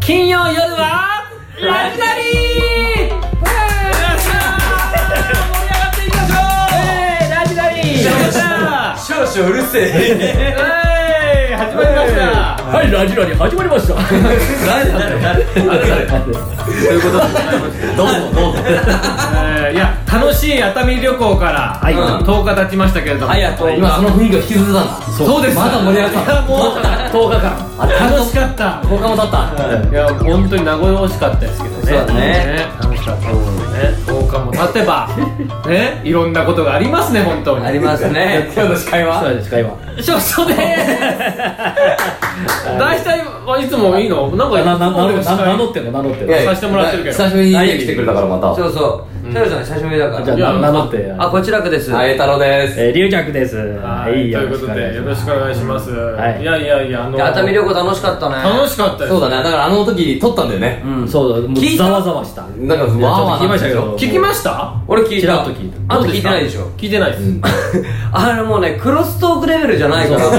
金曜夜はラジナリーえーラジナリー少々うるせええー始まりましたはいラジナリー始まりました誰誰誰誰誰そういうことどうもえどうもーいや楽しい熱海旅行からい10日経ちましたけれどもあやと今その雰囲気を引きずってたんだそうですまだ盛り上がったいやもう10日間あ楽しかった他も立ったいや本当に名残惜しかったですけどねそうだね楽しかったですね10日も経てばねいろんなことがありますね本当にあります ね今日の司会はそうですか今少々でー大体はいつもいいのなんかな、な、な、いつもな、名乗俺ってんの、名乗ってんいやの。いやさせてもらってるけど久しぶりに来てくれたから、また。そうそう太郎ちゃん久しぶりだかじゃらいやあ、名乗って。あこちらくですはい太郎ですえー、龍着です。ははいい、とよいうろこしくおと願いでしよろますしくお願いしますはいいやいやいやあの熱海旅行楽しかったね楽しかったですそうだねだからあの時撮ったんだよねうんそうだ、も、聞いうたざわざわした。わなんかわーわ聞きーなまんでしすたけど。聞きましした俺聞いちたらっと聞いたあんた聞いてないでしょ聞いてないですあれもうねクロストークレベルじゃないからもう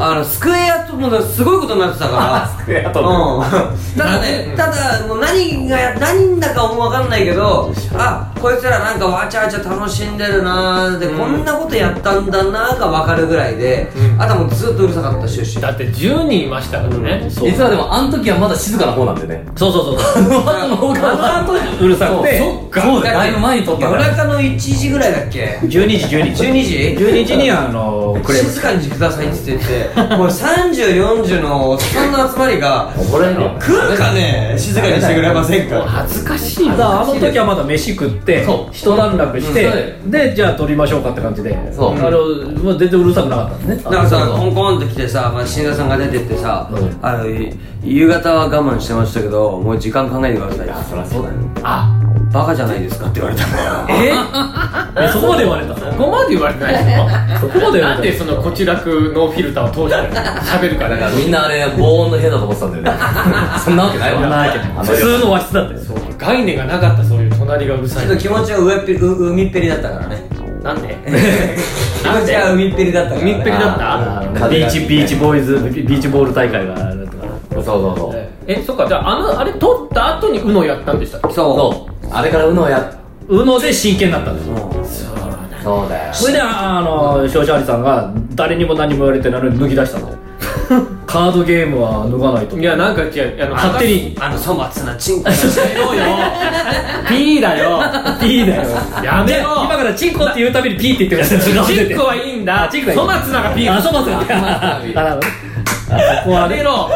あのスクエアともうすごいことになってたからた。あうん、ただね、ただもう何が何だかも分かんないけどあこいつらなんかわちゃわちゃ楽しんでるなーで、こんなことやったんだなーが分かるぐらいで、あとはもうずっとうるさかったし出身だって10人いましたからねそう実はでもあの時はまだ静かな方なんでねそうそうそう。あの方が、うるさくて。そっかそうだよだいぶ前に撮った夜から中の1時ぐらいだっけ12時、12時。 12時12時に、あの、クレーム。静かにしてくださいって言っててもう3040のおっさんの集まりがこれの。来るかね静かにしてくれませんか恥ずかしいだからあの時はまだ飯食ってそう一段落しうんそうてだでじゃあ撮りましょうかって感じであそうのもう全然うるさくなかったんですだねからさコンコンって来てさ、まあ、新田さんが出てってさ、うんあのい夕方は我慢してましたけどもう時間考えてくださいそりゃそうだよあバカじゃないですかって言われたんだよええそこまで言われたそそこまで言われてないですよこまで言わなんれでたそのこちらくノーフィルターを通して喋るかだからら みんなあれ防音の部屋だと思ってたん だよねそんなわけないわそんなわけないあの普通の和室だって概念がなかったそういう隣がうるさちいょっと気持ちは上っぺりう海っぺりだったからねなんで気持ちは海っぺりだったから、ね、海っぺりだったあのビーチビーチボーイズビーチボール大会があるとかそうそうそうえそっかじゃああのあれ取った後に UNO やったんでしたっけそそうあれからうのをやっうので真剣になったんですうよもうそうだよそれでああの少々ありさんが誰にも何も言われてないのに脱ぎ出したとカードゲームは脱がないといやなんか違うあの勝手にあの粗末なチンコろよ P だよピーだよやめろ今からチンコって言うたびにピーって言ってくださいチンコはいいんだあチンコはいい粗末なが P あ、そうかそうか。あ、なるほどねあそこはやめね、ろ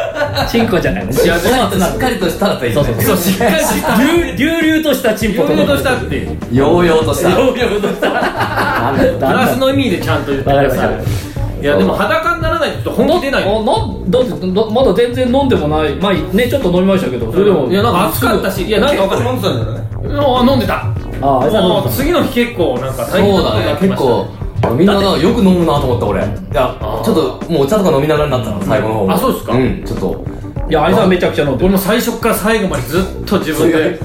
チンコじゃないの。いやしっかりとしたらといいねそうそうそうしっかりしたり。流々としたチンポ言と。うとしたっていうようようとしたようようとした。なんだよプラスの意味でちゃんと言ってくだわかさりまいいやでも裸にならないと本気出ないよあ、な、だって、なまだ全然飲んでもない。まあ、ね、ちょっと飲みましたけど、それでも。いやなんか暑かったしいやなんかわかんない飲んでたんじゃないあ飲んでたああいつは飲んでたもう次の日結構なんかそ大変なうことになだねって結ました構みんななんかよく飲むなと思った俺いやちょっともうお茶とか飲みながらになったの最後の方あそうですかうんちょっといや、あいつはめちゃくちゃ飲んで俺る。も最初から最後までずっと自分で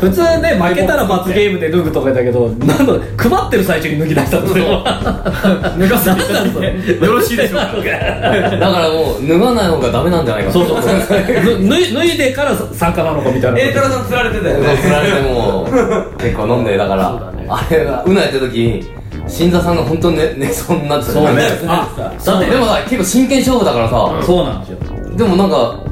普通ね、負けたら罰ゲームで脱ぐとかだけど、なんだ、配ってる最中に脱ぎ出したんですよ。脱がせていただいてよろしいでしょうかだからもう脱がない方がダメなんじゃないかそうそうそう。ぬ脱い脱いでから参加なのかみたいな。エトラさん釣られてたよそうねつられてもう結構飲んでだからそうだねあれがうなやってる時新座さんが本当に寝寝そうになってたそうねあそうだってでもさ結構真剣勝負だからさそうなんですよ。でもなんか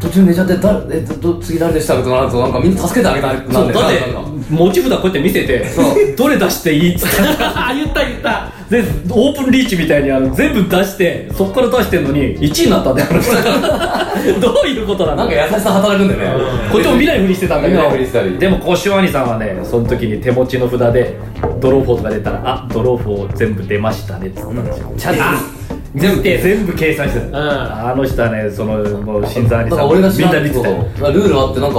途中寝ちゃって誰えど次誰でしたとかなるとなんかみんな助けてあげたくなそんうでだってなんか持ち札こうやって見せてそうどれ出していいっつって あ言った言ったでオープンリーチみたいにあの全部出してそこから出してんのに1位になったんだよあ の人どういうことななのんか優しさ働くんだよねこっちも見ないふりしてたんだけ見ないふりしてたどりでもコシュワニさんはねその時に手持ちの札でドローフォーとか出たらあドローフォー全部出ましたねっつったんですよちゃんと全部全部計算してんたあの人はねそのもう新沢にださからん俺が知みんらなな見いっててこたよとルールあってなんか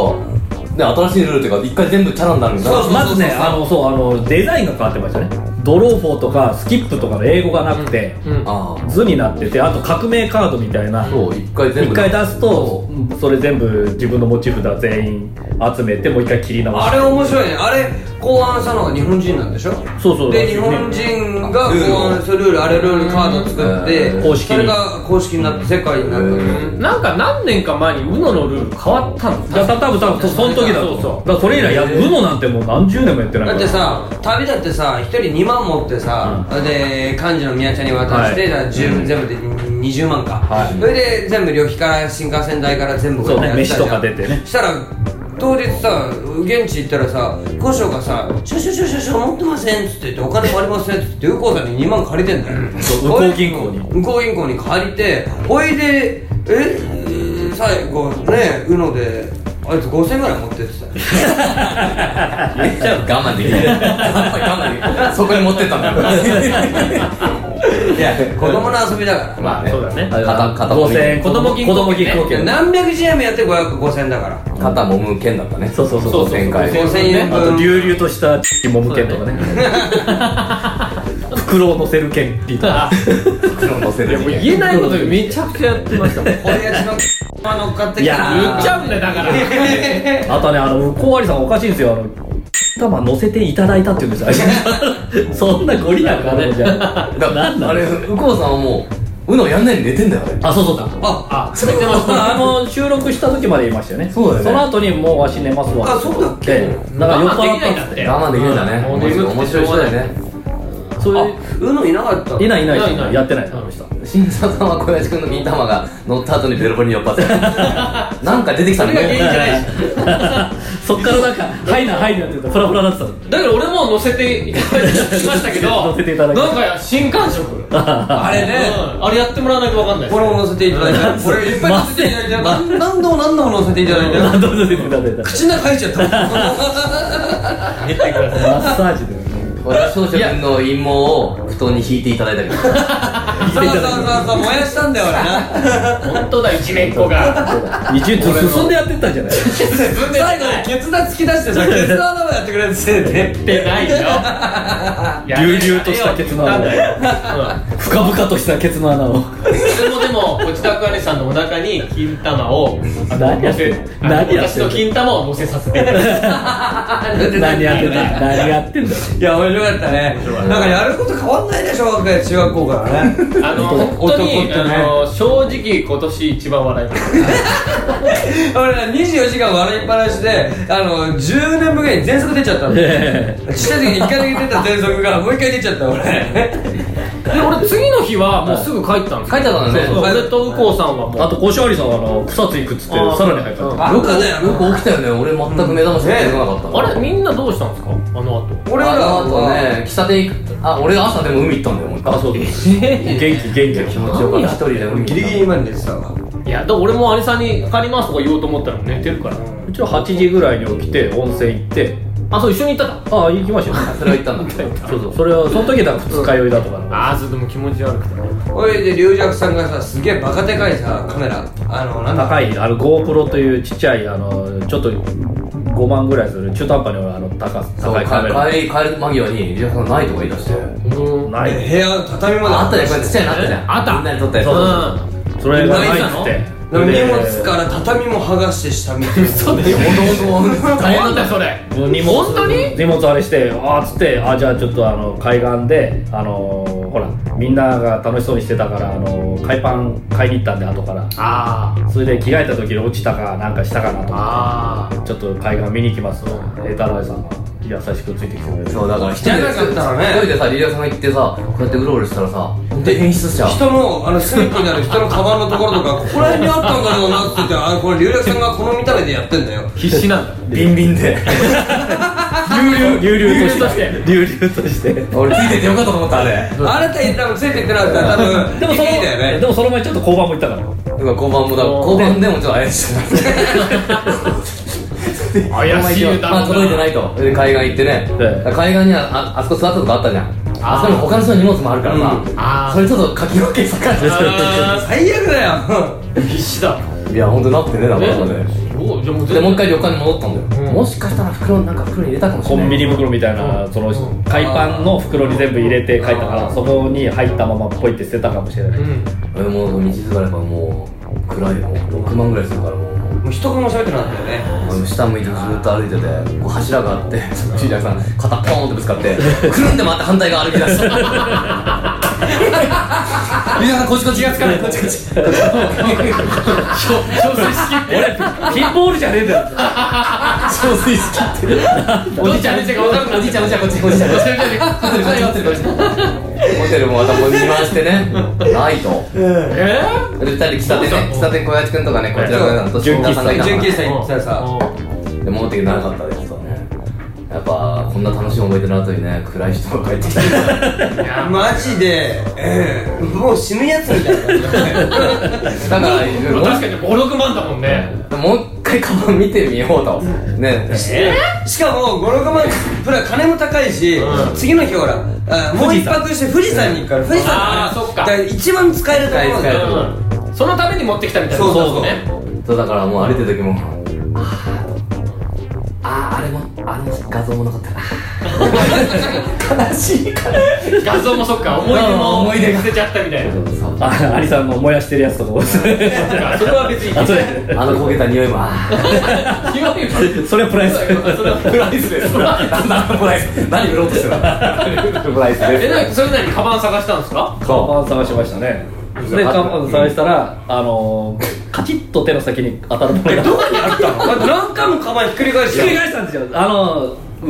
ね、新しいルールっていうか一回全部チャラになるんだそうまずねあのそうあのデザインが変わってましたねドローフォーとかスキップとかの英語がなくて、うんああ図になっててあと革命カードみたいなそう一回全一部回出すとうんそれ全部自分の持ち札全員集めてもう一回切り直すあれ面白いねあれ考案したのが日本人なんでしょそうそうで日本人がルール考を案するルールあれルールカード作ってうん公式それが公式になって世界になるうんなんか何年か前に UNO のルール変わったのだから多分多分そその時だとそうそうだからそれ以来やるのなんてもう何十年もやってないだかっらてさ旅だってさ1人2万持ってさ、で幹事の宮ちゃんに渡して、はいだから10全部で20万か、はいそれで全部旅費から新幹線代から全部そうねやってたじゃん飯とか出てねしたら当日さ現地行ったらさ五所がさ「シュシュシュシュシュ持ってません」っつって言って「お金もありません」っつって右近さんに2万借りてんだよそうこれ右近銀行に向こう銀行に借りてほいでえ最後ねうのであいつ5000円ぐらい持ってってたよ言っちゃう我慢できない我慢できない そこに持ってったんだ よいや子供の遊びだからまあねそうだね肩肩もみ5000円子供銀行子供銀行いや券何百 GM やって500、5000だから肩もむ剣だったねそうそうそうそう前回そう5000円あと分隆々としたもむ券とかね 袋を乗せる券って言った 黒のせいやもう言えないことめちゃくちゃやってましたもん言っ俺やつのまあ乗っかってきいたやーちゃうんだよだからあとね、あの、向こうありさんおかしいんですよ。あの、玉乗せていただいたって言うんですよ。 そんなゴリラかね、じゃあ。なんだあれ右近さんはもううのやんないで寝てんだよあれあ、そうそうだ。ああそれでもあの、収録した時まで言いましたよね。そうだよねその後に、もうわし寝ますわ。あそうだっけええなんか酔っ払ったんですって。我慢できるんだねうん面白い人だよねそうあいううのいなかったいないいないないないやってない。あの人新座さんは小林君の銀玉が乗った後にベロボに酔っ張ってなんか出てきたんだそれが原因じゃないしそっからなんか、はいな、はいなって言って、フラフラだってたの。だから俺も乗せていただいてましたけど乗せていただいてなんか新感触あれねうんあれやってもらわないと分かんないですこれも乗せていただいたこれいっぱい乗せていただいた何何度も何度も乗せていただいたどうぞ出ていただいた。口の中入っちゃったマッサージで。私少々君の陰謀を布団に引いていただいたりとかそうそうそうそう燃やしたんだよ俺な本当だ一面っ子が一応、進んでやってったんじゃない最後にケツダ突き出してさケツダ頭やってくれってねってないよ隆々としたケツの穴うん深々としたケツの穴を。それもでもおちたくありさんのお腹に金玉をあの何やってんの乗せあの何やってんの私と金玉を乗せさせていただいて何やってんだ何やってんだいや面白かったねなんかやること変わんないね小学校中学校からねあの男本当に、ってあねの正直今年一番笑いました俺ら24時間笑いっぱなしであの10年分ぐらいに全速出ちゃ ったのちっえちゃい時に1回だけ出た全速がもう1回出ちゃった俺で俺次の日はもうすぐ帰ったんです書いてあったんだねそう俺と右近さんはもうあと腰有さんはあの草津行くっつってさあーらに早かっあバカだよよく起きたよね俺全く目覚ましが出てこなかったのあれみんなどうしたんですかあの後俺らあの後はね喫茶店行くあ俺朝でも海行ったんだよもう一た回あそうです元気元気気持ちよかった一人で海行ったギリギリまで出てたわいやだから俺もアリさんに「借ります」とか言おうと思ったら寝てるからうちは8時ぐらいに起きて温泉行ってあそう一緒に行ったかああ行きましたよそれは行ったんだけどそうそうそれはその時だから二日酔いだとかああそれでも気持ち悪くておいで龍尺さんがさすげえバカでかいさカメラあのなんだ高いあの GoPro というちっちゃいあのちょっと5万ぐらいする中途半端にあの高そう高いカメラ帰り帰る間際にリアさんないとか言い出してうんない部屋畳まであったねこれちっちゃいのあったじゃんあったみんなで撮ったやつそううんそれがないっつって荷物から畳も剥がして下見てそうだよほんとほんと大変だよそれもう荷物本当に荷物あれしてあーっつってあーじゃあちょっとあの海岸であのーほらみんなが楽しそうにしてたからあのー海パン買いに行ったんで後からあそれで着替えた時に落ちたかなんかしたかなあと思あってちょっと海岸見に行きますと栄太郎さんが優しくついてきてくれてそうだから一人じゃなかったらね一人でさリアさんが行ってさこうやってうろうろしたらさで変質しちゃう人のあのスープになる人のカバンのところとかここら辺にあったんだろうなって言ってあこれ龍尺さんがこの見た目でやってんだよ必死 なんだビンビンで流々とし流々て流々として俺ついててよかったと思ったあれあなたに多分ついていってなかったら多分でもそいいんのだよでねもその前ちょっと交番も行ったからだから交番もだそう交番でもちょっと怪 しい怪しい歌まあ届いてないとで海岸行ってねええ海岸にはああそこ座ったとこあったじゃんあそこにも他の人の荷物もあるからうんあさーそれちょっと書き分けした感じあ最悪だよー必死だでいや本当なってねなかなかねねすごいじゃあもうでもう一回旅館に戻ったんだよ、うんもしかしたら袋になんか袋に入れたかもしコれないンビニ袋みたいな、うんそのうん海パンの袋に全部入れて書いたかあらーそこに入ったままポイって捨てたかもしれない、うん俺もう道すがらやっぱもう暗いの6万ぐらいするからもうもう一言も喋ってなかったよね俺も下向いてずっと歩いててこう柱があってシージャーさん肩ポーンってぶつかってくるんでまた反対側歩き出したシージャーさんこっちこっちがつかないこっちこっち俺ピンボールじゃねえんだ よ憔悴好きっておじいちゃんおじいちゃんが分かるおじいちゃんおじいちゃんこっちこっちこっちこっちこっちこっちこっちホテルもまたこう見回してねないとえで二人で喫茶店ね喫茶店小林君とかねこちらからと純喫茶さんがいたから純ね喫茶行ったらさで戻ってきてなかったですよねやっぱこんな楽しい思い出の後にね暗い人が帰ってきたりとかマジで、うんもう死ぬやつみたいなだからうんも確かに56万だもんねうもう一回カバン見てみようとねしかも56万プラ金も高いし、うん次の日ほらあもう一泊して富士山に行くから富士山あーそっかだら一番使えると思うんだ使えよるうんそのために持ってきたみたいなそうそうそうねそうだからもう歩いてる時もあーあーあれもあの画像もなかったな悲しいから画像もそっか思い出 うんも思い出が捨てちゃったみたいなそうあアリさんの燃やしてるやつ とかもそっかそれは 別にあそれあの焦げた匂いもあー広いよそれはプライスそれはプライスです何のプライス何売ろうとしてるのプライスえでなにそれなにカバン探したんですかカそバン探しましたねでカバン探したらあのーカチッと手の先に当たるものがどこにあったのだって何回もカバンひっくり返ひしてっくり返したんですよあの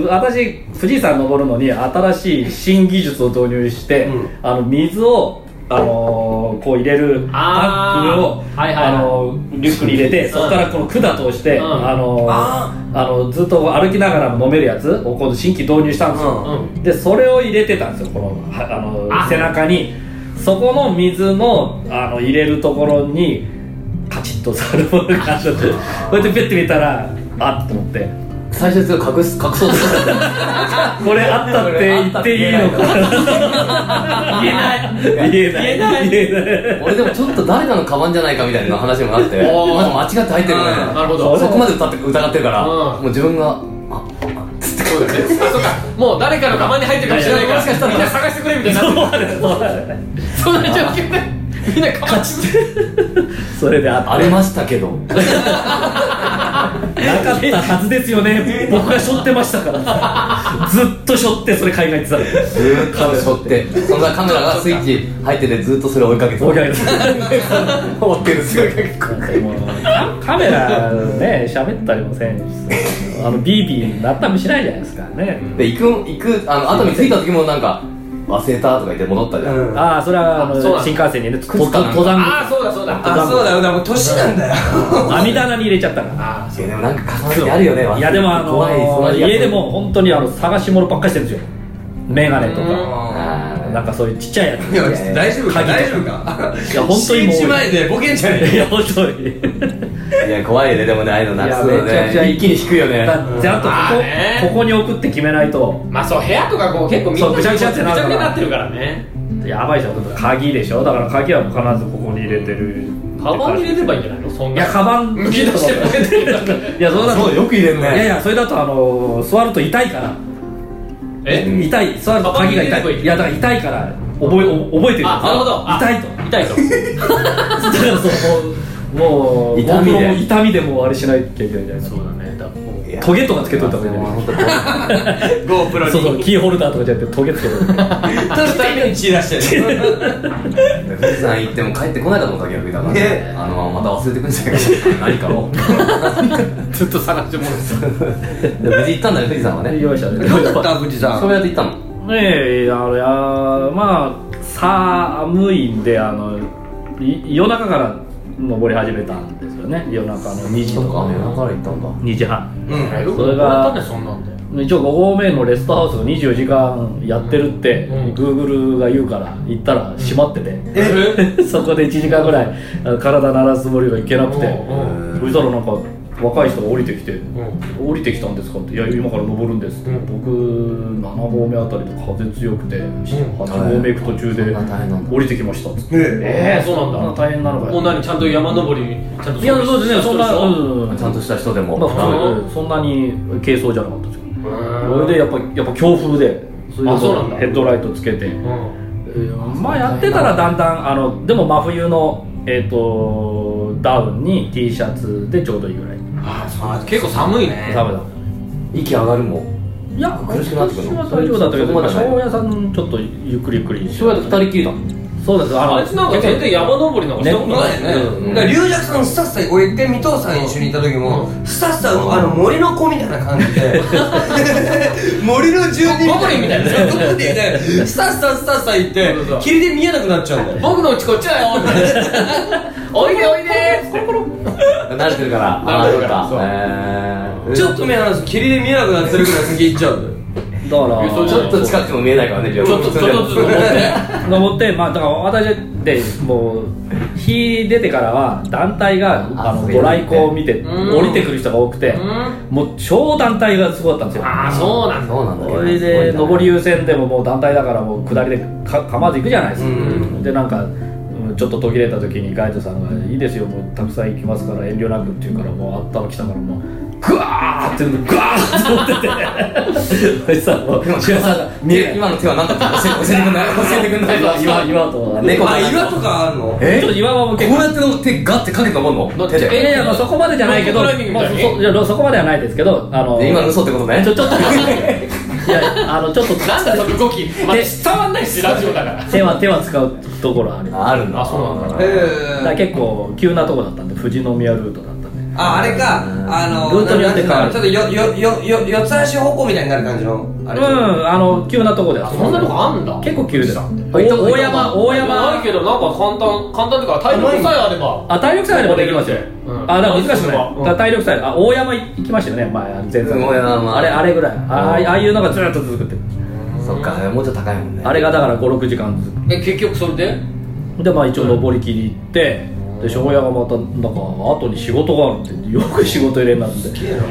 う私富士山登るのに新しい新技術を導入して、うんあの水をあのーこう入れるタあーックをはいはいはいあのーリュックに入れて、んそこからこの管通して、うんあのーああのずっと歩きながらも飲めるやつを今度新規導入したんですよ、うんでそれを入れてたんですよこのはあのあ背中にそこの水のあの入れるところにカチッと触るものがあったんでこうやってペッて見たらあっと思ってう最初すぐ隠す隠そうとしてたこれあったって言っていいのか言えない言えない言えない 俺でもちょっと誰かのカバンじゃないかみたいな話もなっておーまだ間違って入ってるよねなるほどそこまで疑って疑ってるからうんもう自分があそうだよねあそうかもう誰かのカバンに入ってるかもしれないからいやいやみんな探してくれみたいになってるそんな状況でみんなカバンしてそれであったありましたけどなかったはずですよね僕が背負ってましたからずっと背負ってそれ海外行ってたずーっと背負ってそんなカメラがスイッチ入っててずっとそれ追いかけて大き追ってるすごいカメラね喋ったりもせんしあのビービーなったもしないじゃないですかね で行く行くあの後に着いた時もなんか忘れたとか言って戻ったじゃん、うんあああそれはああそうなのの新幹線にね靴かなんか登ああ山そうだそうだあそうだよだからもう年なんだよ網棚に入れちゃったからあいやでもなんか重なってあるよね忘れていやでもあの怖いその家でも本当にあの探し物ばっかりしてるんですよメガネとかあーなんかそういうちっちゃいやいやつ大丈夫か鍵とか大丈夫かいや本当にもう一前でボケんじゃねえいや本当にいや怖いねでもねああいうの夏いやのめちゃくちゃね一気に引くよねじゃあとまあねここここに置くって決めないとまあそう部屋とかこう結構みんなそうぐちゃぐちゃってなるからぐちゃぐちゃになってるからねやばいじゃん鍵でしょだから鍵は必ずここに入れてるカバンに入れればいいんじゃないのそんいなやカバンむき出しても出てるからねいやそうだとそうよく入れんねいやいやそれだとあの座ると痛いから え痛い座ると鍵がカバンに入れれば痛いいいいやだから痛いから覚えお覚えてるあなるほどあ痛い と痛いとだからそうもうもう痛みで僕も痛みでもうあれしないといけないみたいなそうだねだいやトゲとかつけといた方がいいねそうそうキーホルダーとかじゃなくてトゲつけといた確かに血出して る富士山行っても帰ってこないだろうか逆にだから、ねあのまた忘れてくんじゃないか何かをずっと探してもらってで無事行ったんだよ富士山はねよいしょねどうだった富士そ山うやって行ったのえあのいやまあ寒いんであのい夜中から登り始めたんですよね夜中の2時そとうかか雨だから行ったんだ2時半うんよそれもらがったねそんなんで一応5合目のレストハウスが24時間やってるって、うん Google が言うから行ったら閉まってて、えそこで1時間ぐらいあの体鳴らすつもりがいけなくてうんそしたらなんか若い人が降りてきてん降りてきたんですかって「いや今から登るんです」って、うん僕7合目あたりで風強くて、8合目行く途中そんでな大変なんだ降りてきましたっつって、ええそうなんだん大変なのかよもう何ちゃんと山登りにちゃんといやそうですねそんな、ううんちゃんとした人でもまあ普う通そんなに軽装じゃなかったですけどそんれでやっぱやっぱ強風でそれあでそうなんだヘッドライトつけて、うんえーまあやってたらだんだんあのでも真冬のえっ、とダウンに T シャツでちょうどいいぐらいあそう結構寒いねダメだ息上がるもんいや苦しくなってくるの私は大丈夫だったけそどこまでない庄屋さんちょっとゆっくりゆっくりそうやって二人きりだそうですあのあいつなんか全然山登りなんかしたことないねう、んだから龍尺さんスタッフさん俺一回三藤さん一緒にいた時も、スタッフさんもあの森の子みたいな感じで 森の住人ゴブリンみたいなねゴブリンみたいなスタッフさんスタッフさん行ってそうそう霧で見えなくなっちゃうんだよ僕のうちこっちだ よっておいでおいでーって慣れてるから慣れてるからあーちそょうっと目離すと霧で見えなくなってるからい先行っちゃうんだよだからそうちょっと近くても見えないからねちょちょっとちょっとずつ登って登ってまあだから私でもう日出てからは団体がああのそうご来光を見てうん降りてくる人が多くてうんもう超団体がすごかったんですよああそうなんだそうなんだけどそれで上り優先でももう団体だからもう下りでか構わず行くじゃないですか、うんでなんかうんちょっと途切れた時にガイドさんが「いいですよもうたくさん行きますから遠慮なく」って言うからもうあったの来たからもうグワーってグワーって持っててそしたらもう千さんが見え今の手は何だったの教え教えてくんない教えてくんない岩岩岩と猫あ岩とかあるのちょっと岩場もこう結構やっての手ガッてかけて登るの手いでやいやまあそこまでじゃないけど、ロまッあ、ククライミングみたいにそいやそこまではないですけどあので今の嘘ってことねちょちょっ といやあのちょっとなんだその動きまあ伝わんないしラジオだから手は手は使うところあるあるんだあそうなんえだからえ結構急なとこだったんで富士宮ルートだったんであ、あれか、あの、ルートによって変わるなんていうのちょっとよ、よ、よ、よ、四つ足歩行みたいになる感じの、あうれ。んあの急なとこでそんなとこあんだ結構急ですあ行ったこと大山大ない山けどなんか簡単簡単というか体力さえあればあ体力祭でもできますよ、うんあだから難しくない、うんだから体力祭あ大山行きましたよね前前うん回大山あれあれぐらいああああいうのがずっと続くってそっかもうちょっと高いもんねあれがだから56時間続くえ結局それででまあ一応登り切り行って、で庄屋がまたなんか後に仕事があるって言ってよく仕事入れになって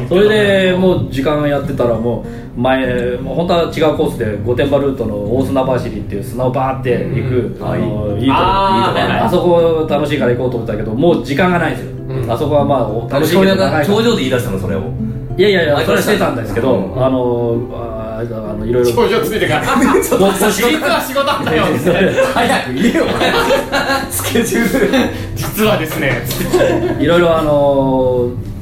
それでもう時間やってたらもう前もう本当は違うコースで御殿場ルートの大砂走りっていう砂をバーって行く、うんあのいいとこいいとこあーはいはいあそこ楽しいから行こうと思ったけどもう時間がないんですよ、うんあそこはまあお楽しい少けど長年がいから頂上で言い出したのそれをいやいやいやそれはしてたんですけど、うんあのあーあのいろいろ表情ついてから実は仕事あったよって早く言えよスケジュー 実はですねいろいろあのー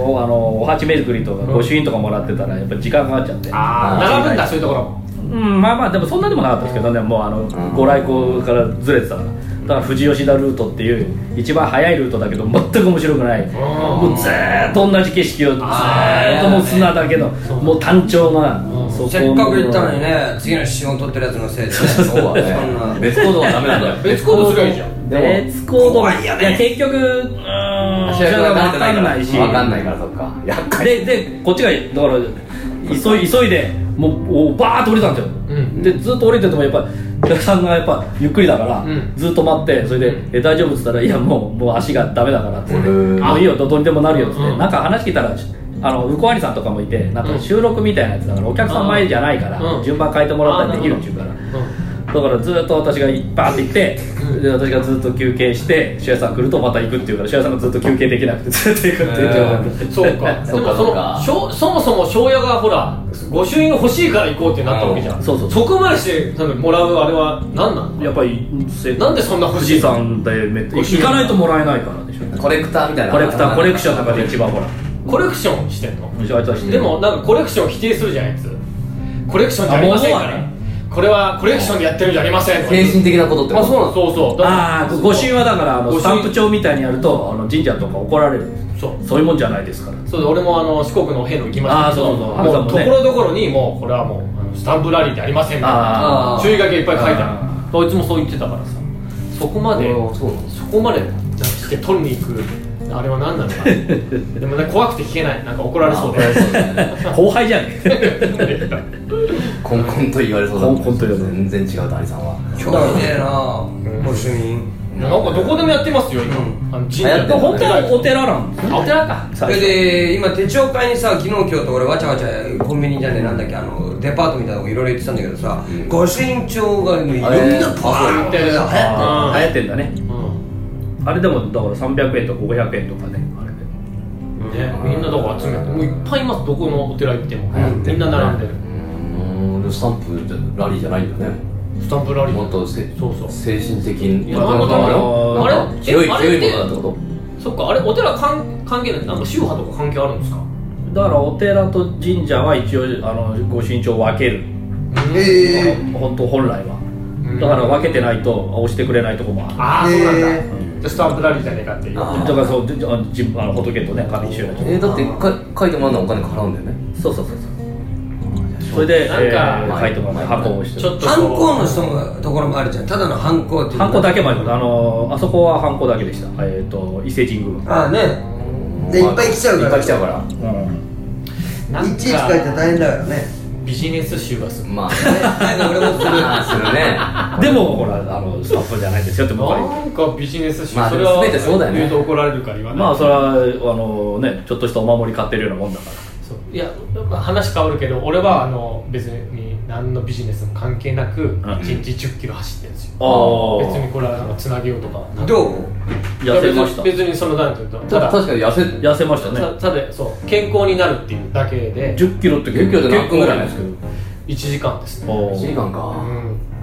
おあのお鉢目作りとか御朱印とかもらってたらやっぱ時間かかっちゃってああ並ぶんだそういうところもうんまあまあでもそんなでもなかったですけどねもうあのんご来光からずれてたからだから富士吉田ルートっていう一番早いルートだけど全く面白くないもうずーっと同じ景色をずーっともう砂だけどもう単調なそこのせっかく行ったのにね、次の資本取ってるやつのせいでね。そうル別行動はダメなんだよ 別行動すりゃいいじゃん別行動怖いよねや結局うーんそ足れがが慣れ分てないかかんらないし分かんないからそっか厄介ででこっちがだから急い急いでもうおバーッと降りたんですよ、うんでずっと降りててもやっぱお客さんがやっぱゆっくりだから、うんずっと待ってそれで「え大丈夫?」っつったら「いやもうもう足がダメだから」っつって「うんもういいよどどうにでもなるよ」っつって、うんなんか話聞いたらあの向こう兄さんとかもいてなんか収録みたいなやつだからお客さん前じゃないから、うん順番変えてもらったりできるっていうから。だからずっと私がバーって行って、で私がずっと休憩して主屋さん来るとまた行くっていうから主屋さんがずっと休憩できなくてずっと行くっていう状況になってそう かでそうもかそそうのかしょそもそも庄屋がほら御朱印欲しいから行こうってなったわけじゃうんんそうそうそこまでしてなんかもらうあれは何なやのっぱりせなんでそんな欲富し士いの山でめっちゃ行かないともらえないからでしょコレクターみたいなコレクターコレクションの中で一番ほらうコレクションしてんのちあいつは知ってるでもなんかコレクションを否定するじゃんあいつコレクションじゃありませんからあもうねこれはコレクションでやってるんじゃありません精神的なことってことあそうなんそうそうだからああ御朱印はだからあ御の朱印スタンプ帳みたいにやるとあの神社とか怒られるそうそういうもんじゃないです からそう俺もあの四国の兵の行きましたあーけどそうそうもうハルさんもねところどころにもうこれはもうあのスタンプラリーでありませんみたいあなー注意書きがいっぱい書いてああるあいつもそう言ってたからさそこまであーそうなんそこまでなんかして取りに行くあれは何なのかでもね怖くて聞けないなんか怒られそうで後輩じゃん コンコンと言われそうだコンコンと言われそう全然違うとアリさんは興味ねえなぁ、ご主人。なんかどこでもやってますよ今、あの神社でで本当はお寺なんですねあお寺かそ最れ初で今手帳会にさ昨日今日と俺わちゃわちゃコンビニじゃねえなんだっけあのデパートみたいなとこいろいろ言ってたんだけどさ、御朱印帳がいろんなパーンって流行ってたあー流行ってんだねうんあれでもだから300円とか500円とかねあれでね、みんなどこ集めてもういっぱいいますどこのお寺行っても、みんな並んでるうんスタンプじゃラリーじゃないんだねスタンプラリーもっとせそうそう精神的にいやなんかだからなんかあれ強いえあ強れいっもてのだってことそっかあれお寺関関係ないなんか宗派とか関係あるんですかだからお寺と神社は一応あのご身長を分けるえ本当本来はんだから分けてないと押してくれないとこもあるああそうなんだ、へじゃあスタンプラリーじゃねえかっていうあだからそうであの自分あの仏とね神一緒やとえーだってか書いてもらうのはお金かかるんだよねそうそうそうそうそれでなんかえー書いてもらって箱を押してちょっとハンコのこ人もところもあるじゃんただのハンコっていうハンコだけもありますあのあそこはハンコだけでしたえっ、と伊勢神宮ああねでいっぱい来ちゃうからいっぱい来ちゃうからうんうなんいちいち書いたらか大変だからねビジネス集がするまあなんか俺もするまあす るねでもほらあのスタッフじゃないですよってもうなんかビジネス集、まあそれは全てそうだよね言うと怒られるから言わない、まあそれはあのねちょっとしたお守り買ってるようなもんだからそういや、まあ、話変わるけど俺はあの別に何のビジネスも関係なく1日1 0キロ走ってるんですよ、あ別にこれはなんかつなげようとかはなくどう痩せました別に別にそのなんていうとたただだ確かに痩せ痩せましたねたただそう健康になるっていうだけで1 0キロって10キロって何分ぐらいなんです結1時間ですね、構1時間か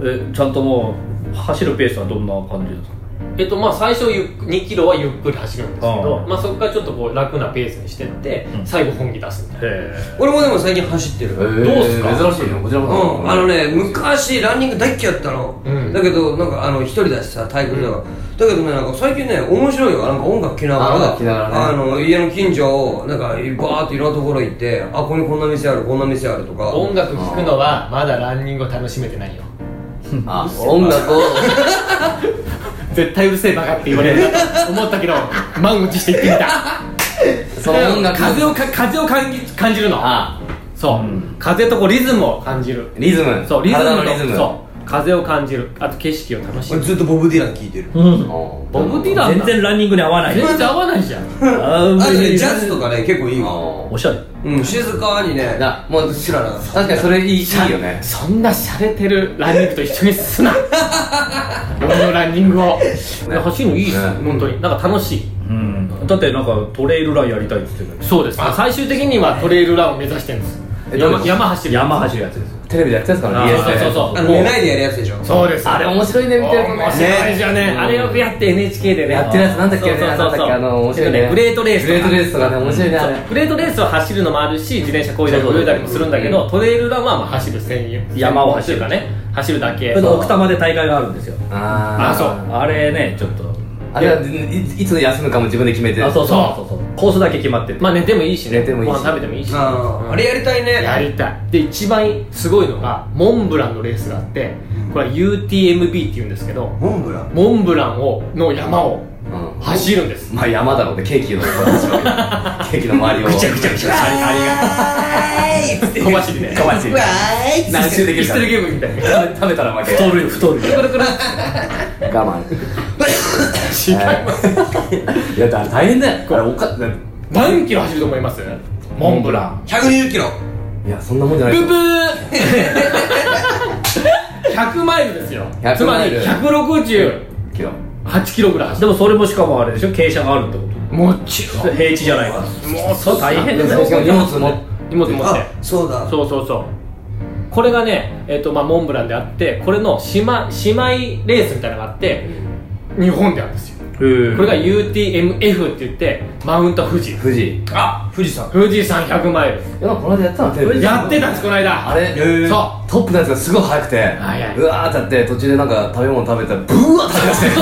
うんえちゃんともう走るペースはどんな感じですかえっとまあ、最初ゆっく2キロはゆっくり走るんですけどああまあ、そこからちょっとこう楽なペースにしてって、ん最後本気出すみたいなへ俺もでも最近走ってるどどうっすか珍しいねこちらうもん、あのね昔ランニング大っ嫌いだったの、うんだけどなんかあの一人だしさ体育だから、だけどねなんか最近ね面白いよなんか音楽聴きながあ音ら楽聴きながらねあの家の近所をなんかバーっていろんなところ行ってあここにこんな店あるこんな店あるとか音楽聴くのはまだランニングを楽しめてないよあ音楽を絶対うるせえバカって言われるな と思ったけど満を持して行ってみたその音楽風をか風を感じ感じるのあそう、風とこうリズムを感じるリズムそうリズムと体のリズムそう風を感じるあと景色を楽し俺むずっとボブ・ディラン聴いてるえうんボブ・ディンラン全然ランニングに合わない全然合わないじゃんああとねジャズとかね結構いいわおしゃれうん静かにねだもう知らな確かにそれいいいいよねそんな洒落てるランニングと一緒にす な俺のランニングを、走るのいいっす、ね本当になんか楽しいうんだってなんかトレイルランやりたいって言ってそうです最終的にはトレイルランを目指してるんですえどういう山こと山走たる山走るやつですよテレビでやってたんですから BS あでそうそうあそうのも寝うないでやるやつでしょそうですあれ面白いね見てる面白いじゃねあれをやって NHK でねやってるやつなんだっけねそうそうそうそうなんだっけあの面白いねえっとグレートレースグレートレースとかね面白いねあれそうグレートレースは走るのもあるし自転車こいだり泳いだりもするんだけどトレイルランはまあ走る専用山を走るというかね走るだけそれで奥多摩で大会があるんですよあーあそうあれねちょっとあれはいいつ休むかも自分で決めてあそうそうそうそうコースだけ決まっててまあ寝てもいいしね寝てもいいしご飯食べてもいいしあーあれやりたいねやりたいで一番すごいのがモンブランのレースがあってこれは UTMB っていうんですけどモンブランモンブランをの山をうん走るんですまあ山だろうねケーキのケーキの周りをぐちゃぐちゃぐちゃありがと小走りで小走りーい何周できピるスかトルゲームみたいな食べ食べたら負け太るよ太るよ我違います慢いやだ大変だよあれおか何キロ走ると思いますモンブラン120キロいやそんなもんじゃなブいブー100マイルですよ100つまマイりル168けどキロぐらい走でもそれもしかもあれでしょ傾斜があるってこるもちろと平地じゃないからもうそう大変だでもしかも荷物も荷物持ってあそうだそうそうそうこれがね、えっとまあ、モンブランであってこれの姉妹姉妹レースみたいなのがあって日本であるんですよここれが UTMF って言ってマウント富士富士あ富士山富士山100マイルいやこの間やってたのテレビでやってたんですこの間あれそうトップのやつがすごい速くて速いうわーってやって途中でなんか食べ物食べたらブワーって走って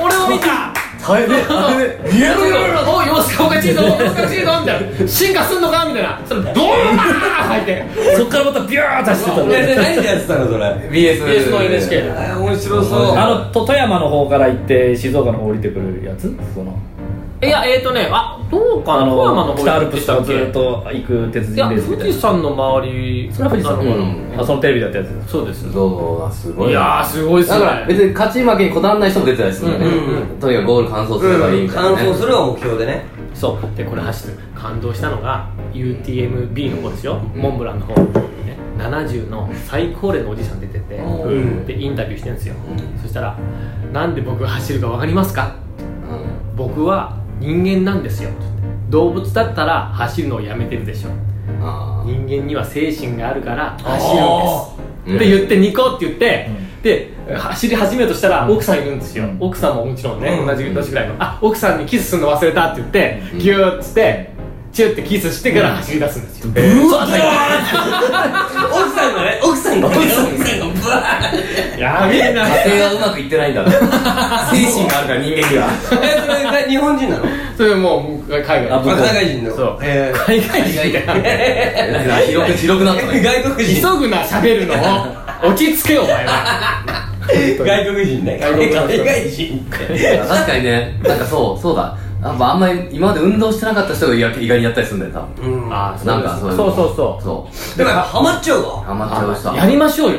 俺を見た大変大 変いやいやいやおい様子がおかしいぞ様子がおかしいぞみたいな進化すんのかみたいなそれドーンバーン入ってそっからまたビューッと走ってたのえで何でやってたのそれ BS BS の NHK で面白そうあのと富山の方から行って静岡の方降りてくるやつそのいやえっ、ー、とねあどうかあな富山のの方北アルプでスしたとっずけっと行く鉄い人やレースみ富たい士な山の周りそれは富士山なのかなうんあそのテレビだったやつそうですそうだすごいいやーすごいっすだねから別に勝ち負けにこだわらない人も出てたりするよね、うんうとにかくゴール完走すればいいみたいな、完ね走するは目標でねそうでこれ走って感動したのが UTMB の方ですよ、うんモンブランの方、ね、70の最高齢のおじいさん出てて、うんでインタビューしてるんですよ、うんそしたら「なんで僕が走るか分かりますか?」僕は人間なんですよ」動物だったら走るのをやめてるでしょうんあ人間には精神があるから走るんですーって言ってニコって言って、で走り始めるとしたら奥さんいるんですよ、うん奥さんももちろんね、うん同じ年ぐらいのあ奥さんにキスするの忘れたって言って、うんギューッつってチューってキスしてから走り出すんですよ、奥さんがね奥さんが奥さんがブワーやべえなあ家庭がうまくいってな いんだ精神があるから人間にはえそれが日本人なのそれもう海外あ若い人のそうえー海外人みたいな広く広くなった ね外国人急ぐな喋るの を落ち着けよお前は外国人ね外国人海外人って確かにねなんかそうそうだやっぱあんまり今まで運動してなかった人が意外意外にやったりするんだよ多分うんであーなんかそういうのそうそうそうそうもやっぱハマっちゃうわハマっちゃうやさりましょうよ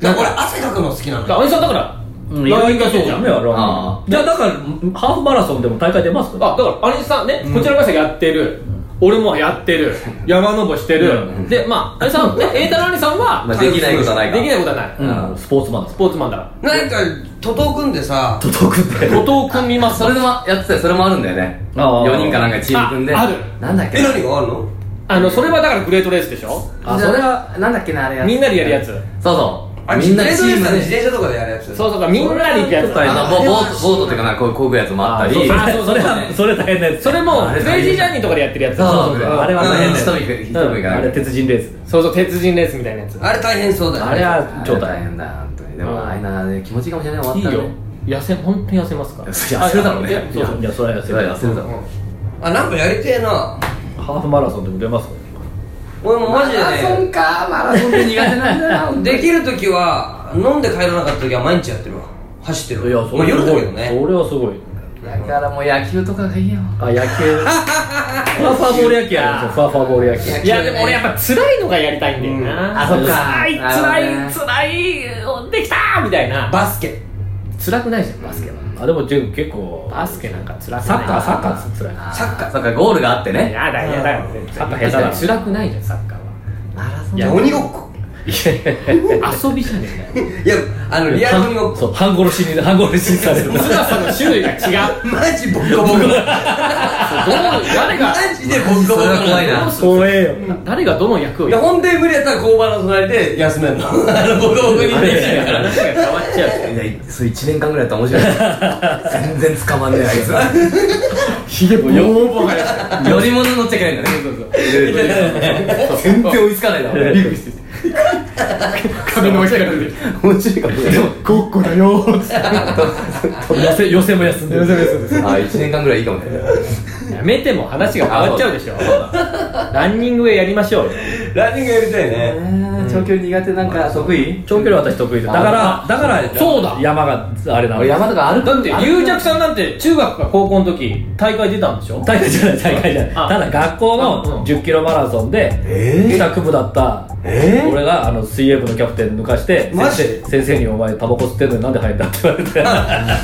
だから俺汗かくの好きなのあよおじさんだからうん、意外とそうじゃんね、あれあは。じゃあ、だから、ハーフマラソンでも大会出ますから。あだから兄さんね、こちらの会社やってる俺もやってる山登りしてる、うんでまあ兄さんね栄太郎兄さんは、まあできないことはないかできないことはない、うんスポーツマラソスポーツマンだかなんか徒党組んでさン。届くんだら後藤君見ますそれでもやってたよそれもあるんだよねあー4人かなんかチーム組んでああるなんだっけえ何があるのあのそれはだからグレートレースでしょあそれはなんだっけなあれみんなでやるやつそうそうあみみんんななチ自転ーム車自で転車とかでやるやつそうそうそうみんなで行くやつそれあはちょっとのボボートボートっていうかなこうこうぐやつもあったりそうあそうそれは、 それ大変なやつ。それもあれクレイジージャーニーとかでやってるやつそうそうそうあれは大変だようん一人一人がうんあれ、鉄人レース。そうそう鉄人レースみたいなやつあれ大変そうだよあれは、超超 大大変。変だ本当にでうんもああいうのはね気持ちいいかもしれない終いいわったらよね痩せ本当に痩せますから痩せるだろうねいやそうそういや、それは痩そせれるは痩せるだろあなんかやりてえなハーフマラソンでも出ます俺もマジでマラソンねかマラソンって苦手なんだよできる時は飲んで帰らなかった時は毎日やってるわ走っているや、わそまあれは夜すごだけい。どねそれはすごい。だからもう野球とかがいいよあ、野球。 ファーファーボール野球やるんですよ。ファーファーボール野球。いやでも俺やっぱ辛いのがやりたいんだよな、あそっか辛いなるほど辛ねい辛いできたーみたいなバスケ辛くないじゃんバスケはあ、でも、じゃあ結構、バスケなんか辛くないサッカー、サッカーつらい。サッカーサッカーゴールがあってねやだやだよサッカー下手だな辛くないじゃんサッカーマラソンいや鬼ごっこ は遊びじゃねえんだよいやあのリアル鬼ごっこそう、半殺しに、半殺しにされる。辛さの種類が違うそうマジボッコボコどの誰がマジでボッコボそコれは怖いな怖えよ。誰がどの役をでやる本当に無理やったら工場の隣で休めんのあのボコボコにあねれ話が変わっちゃういやそれ1年間ぐらいやったら面白い全然捕まんねえあいつはひげぼよ。乗り物乗っちゃいけないんだね全然追いつかない だろ髪の毛が出て面白いかもしれないごっこだよ寄せ寄せも休んでるあ1年間ぐらいいいかもねやめても話が変わっちゃうでしょランニングへやりましょうよランニングやりたいね長距離苦手なんか得意長距離は私得意でだからだからそうだ山があれなの俺山とか歩だっくて龍尺さんなんて中学か高校の時大会出たんでしょ大会じゃない大会じゃないあただ学校うんの1 0キロマラソンで帰宅部だったえー俺があの水泳部のキャプテン抜かしてマ先ジ生先生に「お前タバコ吸ってんのになんで入った?」って言 われてだ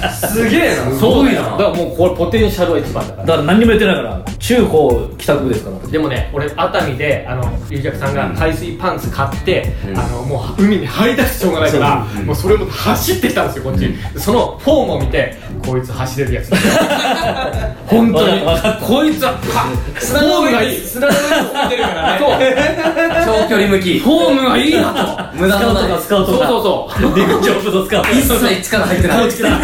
かすげえなそうだすごいよなだからもうこれポテンシャルは一番だからら何にも言ってないから中高帰宅部ですからでもね俺熱海であの龍尺さんが海水パンツ買って、うんあのもう海に入りたくてしょうがないから、もうそれも走ってきたんですよこっち、そのフォームを見てこいつ走れるやつ 本当にわかっこいつはパ砂フォームがいい砂の上についてるからね長距離向きそうフォームがいいなと無駄スカのウトないがスカウトそうがそうそうう陸上部のスカウト一切力入ってないちょっ自然の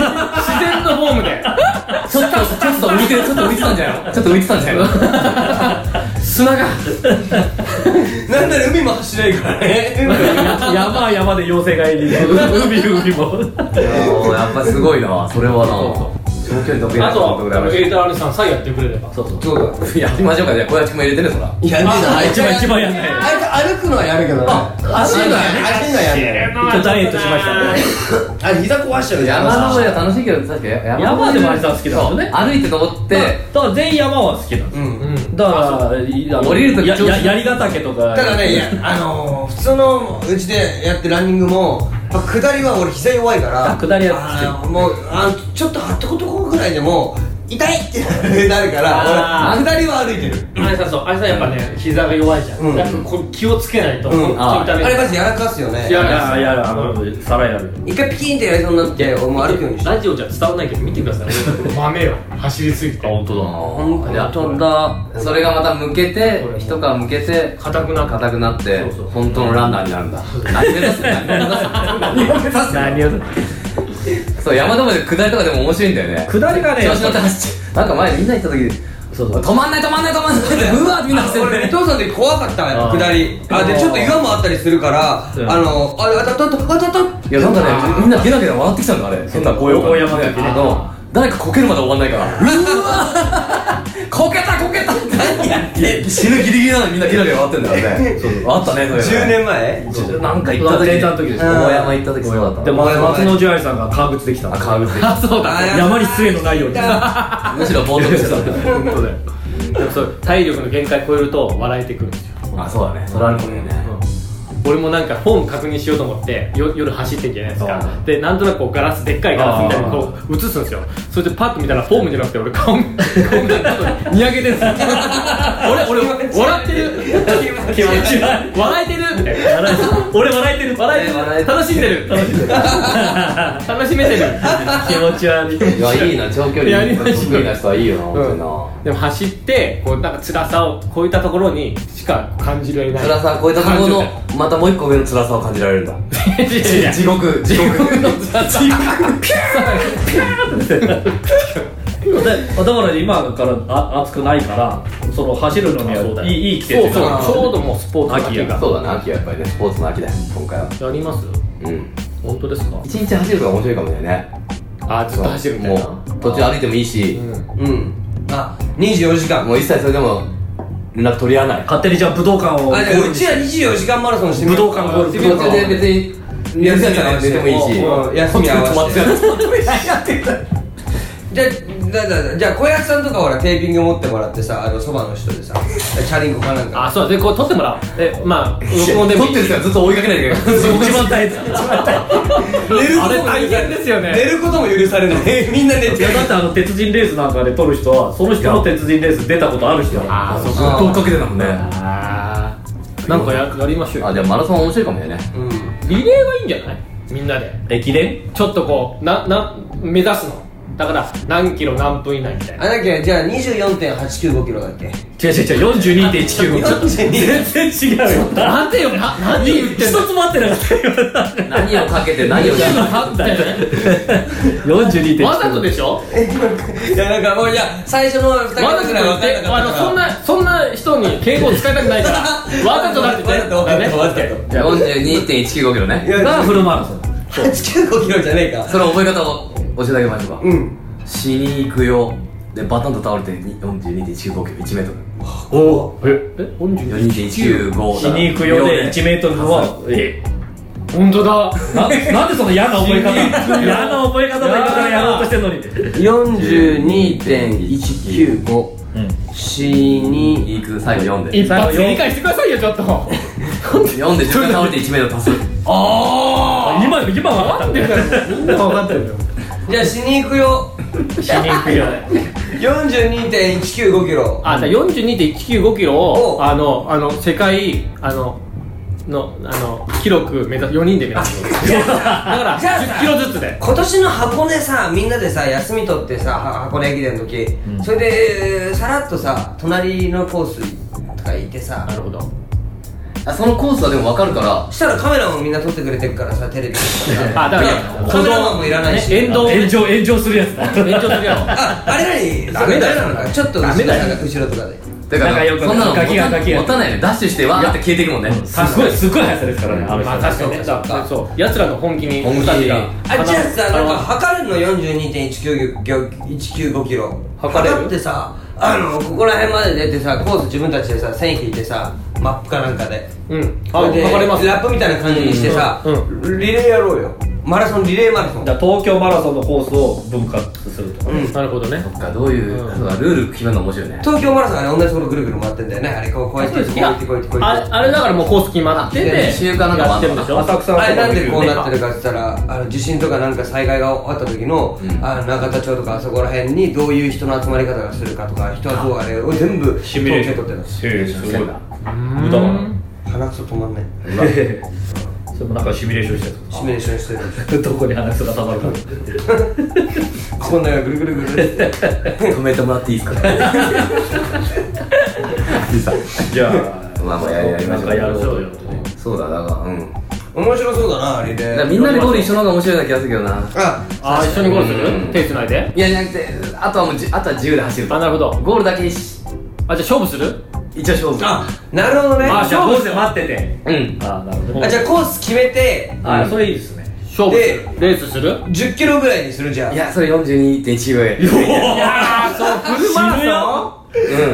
フォームでとちょっと浮いてるちょっと浮いてたんじゃないのちょっと浮いてたんじゃないの 砂がなんなら海も走れるから ね海も山は山で妖精がいる海海もいやもうやっぱすごいなそれはな長距離得意あなと人はとエリタアリさんさえやってくれればそうそうそうだねやりましょうかじゃあ小林君も入れてねそらいやあ一番一番やんないあいつ歩くのはやるけどね足走るのは走るのはやんないちょっとダイエットしましたねあれ膝壊しちゃうじゃん山登りは楽しいけど確か山山でもあれさん好きだもんね歩いて登ってだから全員山は好きなんですうんうんだからいあの降りる時や調子や槍ヶ岳とかただねいやあのー、普通のうちでやってランニングもやっぱ下りは俺膝弱いからあ下りやっつってるあーもうあーちょっとはっとことこぐらいでも痛いってなるからあー俺下りは歩いてるアリさんそうアリさんやっぱね膝が弱いじゃん、うんだからこれ気をつけないと、うん本当に痛めあれマジでやらかすよねやらややるあの皿やる一回ピキンってやりそうになって俺もう歩くようにしてラジオじゃ伝わらないけど見てください豆よ走りすぎて本当本当だそれがまた向けて一皮向けて硬くなった硬くなってそうそう本当のランナーになるんだ何目指す何目指す何を目指す何をそう山登りで下りとかでも面白いんだよね下りがね調子乗って走ってなんか前みんな行った時そうそう止まんない止まんない止まんないってうわーってみんな走ってる俺伊ね藤さんで怖かったよ下りあでちょっと岩もあったりするからあうんのあれあたたたあたたいやなんかねみんなゲラゲラ笑ってきたんだあれ変な声を大山の時ねあの誰かこけるまで終わんないからうわーこけたこけた何やって死ぬギリギリなのにみんなゲラゲラ笑ってんだよ ねあったねそれ10年前前なんか行った時データの時ですうん大山行った時そうだったでも俺もね松野樹愛さんが革靴できたのあ川口あ そうだあ山に失礼のないようにむしろ冒涜して本当だよでもそう体力の限界超えると笑えてくるんですよ、たあそうだねそれあるもん ね俺もなんかフォーム確認しようと思ってよ夜走ってんじゃないですあかーでなんとなくこうガラスでっかいガラスみたいにこう映すんですよそれでパッと見たらフォームじゃなくて俺顔見 顔見たらちょっとにやけてるんですよ 俺俺 笑ってる気持ち悪い笑えてるみたいな笑え俺笑えてる笑えてえ笑えるてる楽しんで る楽しんでる楽しめてる気持ち悪いいやいいな長距や離りま得した意な人はいいよなう本んでも走ってこうなんか辛さを超えたところにしか感じられ当ないにな辛さを超えたところのまたもう一個上の辛さを感じられるんだ感情でいやい やいや地獄地獄の辛さだだから今からあ暑くないからその走るのにそうはだいよいいい季節そうそうなんですちよょうどもうスポーツの秋がそうだね秋はやっぱりねスポーツの秋だよ今回はやりますうん本当ですか一日走るのが面白いかもしれないねあずっと走るみたいもなう途中歩いてもいいしうんあ24時間もう一切それでも連絡取り合わない勝手にじゃあ武道館をあじゃあうちら24時間マラソンしてみ武よう道館ゴルフ途中で別に寝るやつじゃなくてもいいしうん休み合止まわっせててるじゃあだだだじゃあ小安さんとかほらテーピング持ってもらってさあのそばの人でさチャリンコかなん かあそうだでこう撮ってもらおうえまあ録音でも撮ってる人はずっと追いかけないといけない 一番大変だ寝るあれ大変ですよね寝ることも許されないみんな寝いてやるだってあの鉄人レースなんかで撮る人はその人の鉄人レース出たことある人だからあーそうずっと追っかけてたもんねあーなんかややりましょうあよでもマラソン面白いかもしれないねうんリレーがいいんじゃないみんなで駅伝ちょっとこうなな目指すのだから何キロ何分以内みたいなあだっけじゃあ24.895キロだっけ 違う違 う違う42.195 42全然違うよなんでよな何言ってんの一つも合ってなかったよ何をかけて何をやるなんだよね42.195わざとでしょいやなんかもういや最初の2わ桁ざぐとらいだっ分てかんなあかのったそんなそんな人に敬語使いたくないからわざとだってねわざとだねわざとわざと42.195キロねいがやフルマラソン895キロじゃねえかそれ覚え方を教えてあげましょうかうん死に行くよでバタンと倒れて42.195キロ1メートおええ本ル42.195死に行くようで1メートルはえ本当だななんでその嫌な覚え方嫌な覚え方の言い方をやろうとしてんのに42.195うん死に行く最後4で一発で理解してくださいよちょっと4で自分倒れて1メートル足す今今分かったよみんな分かってるよじゃあ死に行くよ死に行くよ42.195キロあじゃあ42.195キロをおあのあの世界あののあの記録目指す4人で目指すだからじゃあさ10キロずつで今年の箱根さみんなでさ休み取ってさは箱根駅伝の時、それでえーさらっとさ隣のコースとか行ってさなるほどあそのコースはでも分かるからしたらカメラもみんな撮ってくれてるからさテレビとかさあだからカメラマンもいらないし、ね沿道炎上炎上するやつだ延長するやろああれ何ダメだよなのかちょっと後ろダメだよなんか後ろとかでだから仲良くそんなの持ガキがたガキが持たないねダッシュしてわーって消えていくもんねすごいすごい速さですからねあの人まあ確かにねそっかそう奴らの本気に本気にたちがあじゃあさあなんのか測るの42.195キロ測れるってさあのここら辺まで出てさコース自分たちでさ線引いてさマップかなんかでうんああれで測れますラップみたいな感じにしてさ、うんリレーやろうよマラソンリレーマラソンだから東京マラソンのコースを分割するとかうんなるほどねそっかどういううんそうかルール決めるの面白いね東京マラソンはね同じところぐるぐる回ってんだよねあれこうこうやってこういややってこうやってこうやあっれてあれだからもうコース決まっていやて二週間なんかやってるんでしょ浅草のあれなんでこうなってるるかって言ったらあの地震とかなんか災害があった時の,、うんあの中田町とかあそこら辺にどういう人の集まり方がするかとか人はどうあれを全部シミュレーション統計取へってえすごいな無駄だなうた鼻くそ止まんないそれもなんかシミュレーションしてシミュレーションしてるるどこに話すがたまるか こんながぐるぐるぐるって止めてもらっていい ですかじゃあまあまあやりやりましょなうんかやろうということでそうだだからうんだか面白そうだなリレらーみんなでゴール一緒の方が面白いような気がするけどなああー一緒にゴールすうんる手つないでいやじゃなくてあとはもうじあとは自由で走るあなるほどゴールだけ一あじゃあ勝負する一応勝負あなるほどねああじゃあ坊主で待っててうんああなるほどじゃあコース決めてあそれいいですね勝負するレースする10キロぐらいにするじゃんいやそれ42.1秒いやフルマラ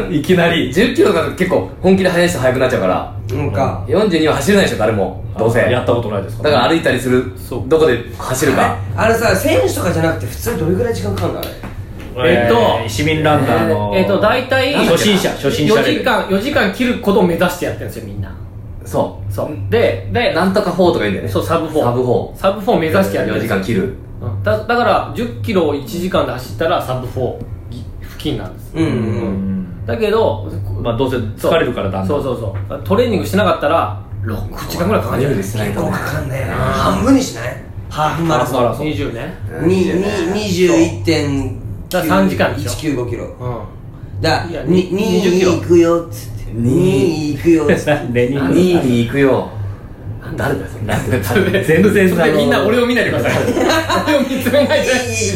うんいきなり10キロが結構本気で速い人速くなっちゃうからなんか42は走れないでしょ誰もどうせやっだたことないですかから歩いたりするそうどこで走るかあれさ選手とかじゃなくて普通どれぐらい時間かかるんだあれえっとー市民ランナーのえっと大体初心者初心者レ4ベ時ル間4時間切ることを目指してやってるんですよみんなそうそうででなんとか4とか言うんだよねそうサブ4サブ4サブ4目指してやってる4んで時すよ間切るうんだだから1 0キロを1時間で走ったらサブ4付近なんですうんうんううんんだけどまあどうせそう疲れるからだんだんそうそうそうトレーニングしなかったら6時間ぐらいかかるんじゃないしない結構かかんね半分にしないハーフマラソンラソン20ねにだからに3時間でし21.195キロうんだいやにに2 20キロ行くよっつってに2行くよっつって何で2位に行くよ誰だよそれ誰だよ全然あのみんな俺を見ないでください俺を見つめないで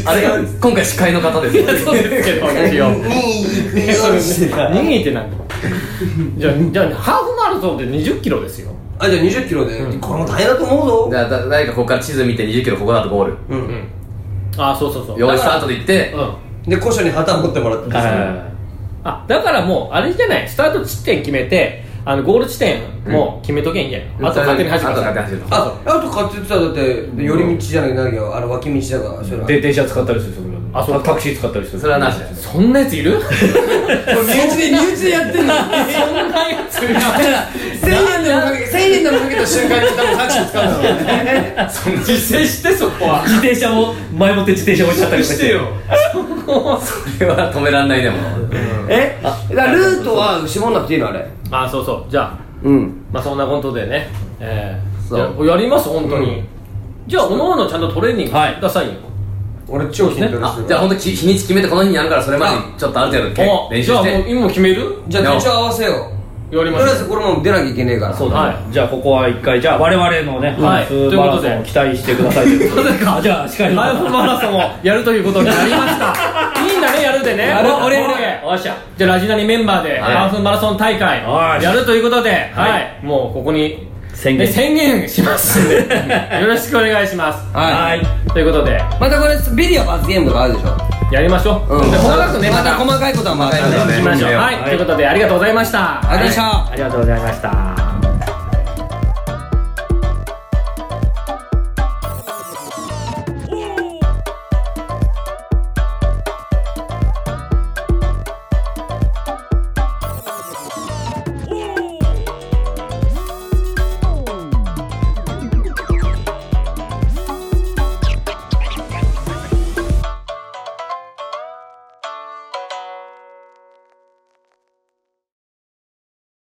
あれ が今回司会の方ですよそうですけど一応2行くよっつって 逃げてない じゃあじゃあハーフマラソンで2 0キロですよあじゃあ20キロでこれも大変だと思うぞだだ誰かここから地図見て20キロここだとゴールうんうんあそうそうそうよーいだスかタらートで行ってうんで古書に旗持ってもらってはいはいさはいあだからもうあれじゃないスタート地点決めてあのゴール地点も決めとけばいいんじゃない、あと勝手に走るあとから勝手に走るああと買ってたらだって寄り道じゃなきゃならんけどあれ脇道だからそれはで電車使ったりするんですよあそうタクシー使ったりするそれはなしだよそんなやついるこれ身内で身内でやってんのそんなやついる1000円でもかけ1000円でもかけた瞬間に多分価値使うんだろうね自制して そこは自転車も前もって自転車置いちゃったりしてよそれは止めらんないでもえだルートは絞んなくていいのあれまあそうそうじゃあうんまあそんなことでねえー、そうじゃあやります本当に、じゃあおのおのちゃんとトレーニングはいくださいよ、俺超筋トレするあじゃあ本当日にち決めてこの日にやるからそれまでにちょっとある程度お練じ習ゃあしもうて今決めるじゃあ手帳合わせようやりましょうとりあえずこれもう出なきゃいけねえからそううだだねね、じゃあここは一回じゃあ我々のね、はいハーフマラソンを期待してくださいということであじゃあ司会のハーフマ ラソンをやるということになりました いいんだねやるでねやるお俺オッケ俺ーよっしゃじゃあラジナにメンバーではいハーフマラソン大会はいやるということで、はいはい、もうここに宣言ね宣言しますんで よろしくお願いしますはいはいということでまたこれビデオ罰ゲームとかあるでしょやりましょう、で細かくねままたた細かいことはまた細かいことは行ねきましょう、うんはい、ということでありがとうございましたありがとうございましたはいありがとうございました